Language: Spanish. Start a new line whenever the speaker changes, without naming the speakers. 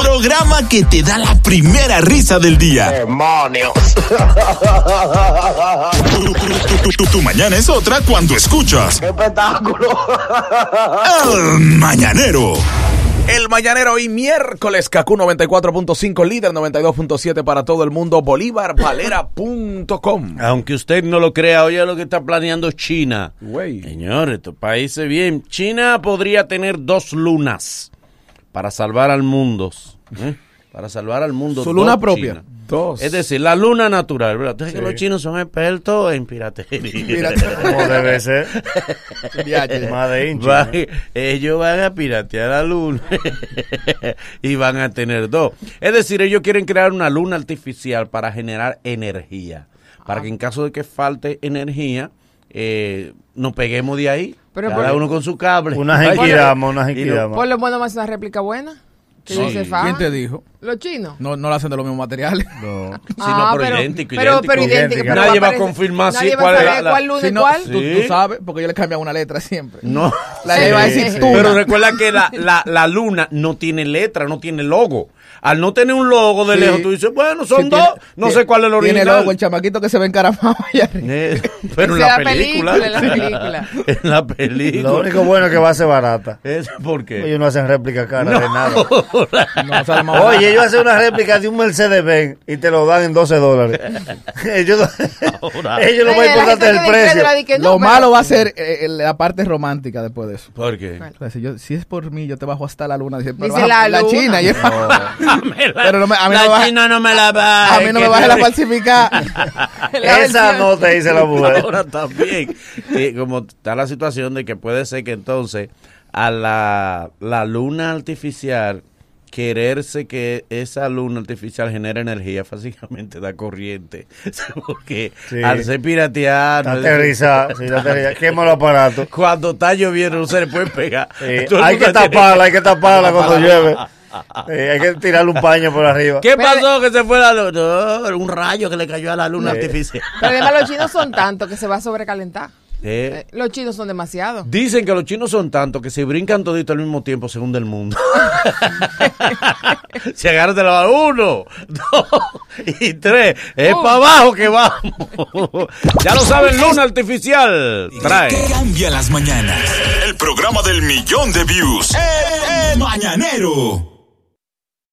programa que te da la primera risa del día.
¡Demonios!
Tu, tu- tu- tu- tu mañana es otra cuando escuchas
¡Qué espectáculo!
El Mañanero.
El Mañanero hoy miércoles, Kaku 94.5, líder 92.7 para todo el mundo, bolívarvalera.com.
Aunque usted no lo crea, oye lo que está planeando China.
Eh,
Güey,
Señor, estos países bien. China podría tener dos lunas para salvar al mundo. ¿eh? Para salvar al mundo.
su
dos
luna propia.
China.
Dos.
Es decir, la luna natural, ¿verdad? Tú sabes que los chinos son expertos en piratería.
Como debe ser. Más de hincha.
Van- ellos van a piratear la luna y van a tener dos. Es decir, ellos quieren crear una luna artificial para generar energía. Para que en caso de que falte energía, eh, nos peguemos de ahí.
Pero
cada
por-
uno con su cable.
Una genkidama, una genkidama.
Por lo menos más una réplica buena. Que
Sí.
dice fama.
¿Quién te dijo?
Los chinos. Ah,
No, no lo hacen de los mismos materiales.
Sí, no, pero idéntico,
pero,
idéntico.
pero idéntico,
Idéntica.
pero
Nadie va a
aparecer-
confirmar si
nadie va
cuál
a
es la-
saber
la-
cuál luna
Si
y
no,
cuál.
Tú, tú
Sí.
sabes, porque yo le cambiaba una letra siempre.
No.
La le iba a
Sí,
decir
sí.
tú.
Pero recuerda que la, la, la luna no tiene letra, no tiene logo. Al no tener un logo de
Sí.
lejos, tú dices, bueno,
Sí,
son
tiene-
dos, no sé cuál es el original.
Tiene logo el chamaquito que se ve encaramado allá arriba.
Eh, pero en
Esa
la
es la
película.
película, en la película.
En la película.
Lo único bueno es que va a ser barata.
Es porque.
Ellos no hacen réplica cara de nada.
No, sale más barato.
Oye, ellos hacen una réplica de un Mercedes-Benz y te lo dan en 12 dólares. ellos,
Ahora.
ellos lo
Oye,
más
la gente
importante es el
que le
precio.
entra, di que
lo
no, pero-
malo va a ser eh, eh, la parte romántica después de eso.
¿Por qué?
O sea, si, yo- si es por mí, yo te bajo hasta la luna. Dice, pero
Dice
baja-
la luna.
China. yo- Pero no me- a mí no me
la
baja-
china no me la va.
a mí no me bajes la falsificada.
Esa no te dice la mujer.
Ahora también. que como está la situación de que puede ser que entonces a la, la luna artificial, quererse que esa luna artificial genere energía, básicamente da corriente. Porque
Sí.
al ser piratear. no es-
Aterriza, sí, aterriza. Quema los aparatos.
Cuando está lloviendo no se le puede pegar.
Sí,
Todo el
hay
mundo
que
tiene-
taparla, hay que taparla cuando llueve. Sí, hay que tirarle un paño por arriba.
¿Qué pasó que se fue la luna? No, un rayo que le cayó a la luna artificial.
Pero además los chinos son tantos que se va a sobrecalentar.
Eh,
Eh, Los chinos son demasiado.
Dicen que los chinos son tantos que si brincan todito al mismo tiempo se hunde el mundo. se agarran de la mano, uno, dos y tres. Es para abajo que vamos. ya lo saben, luna artificial.
¿Qué
Trae.
cambia las mañanas? El programa del millón de views. El, Mañanero.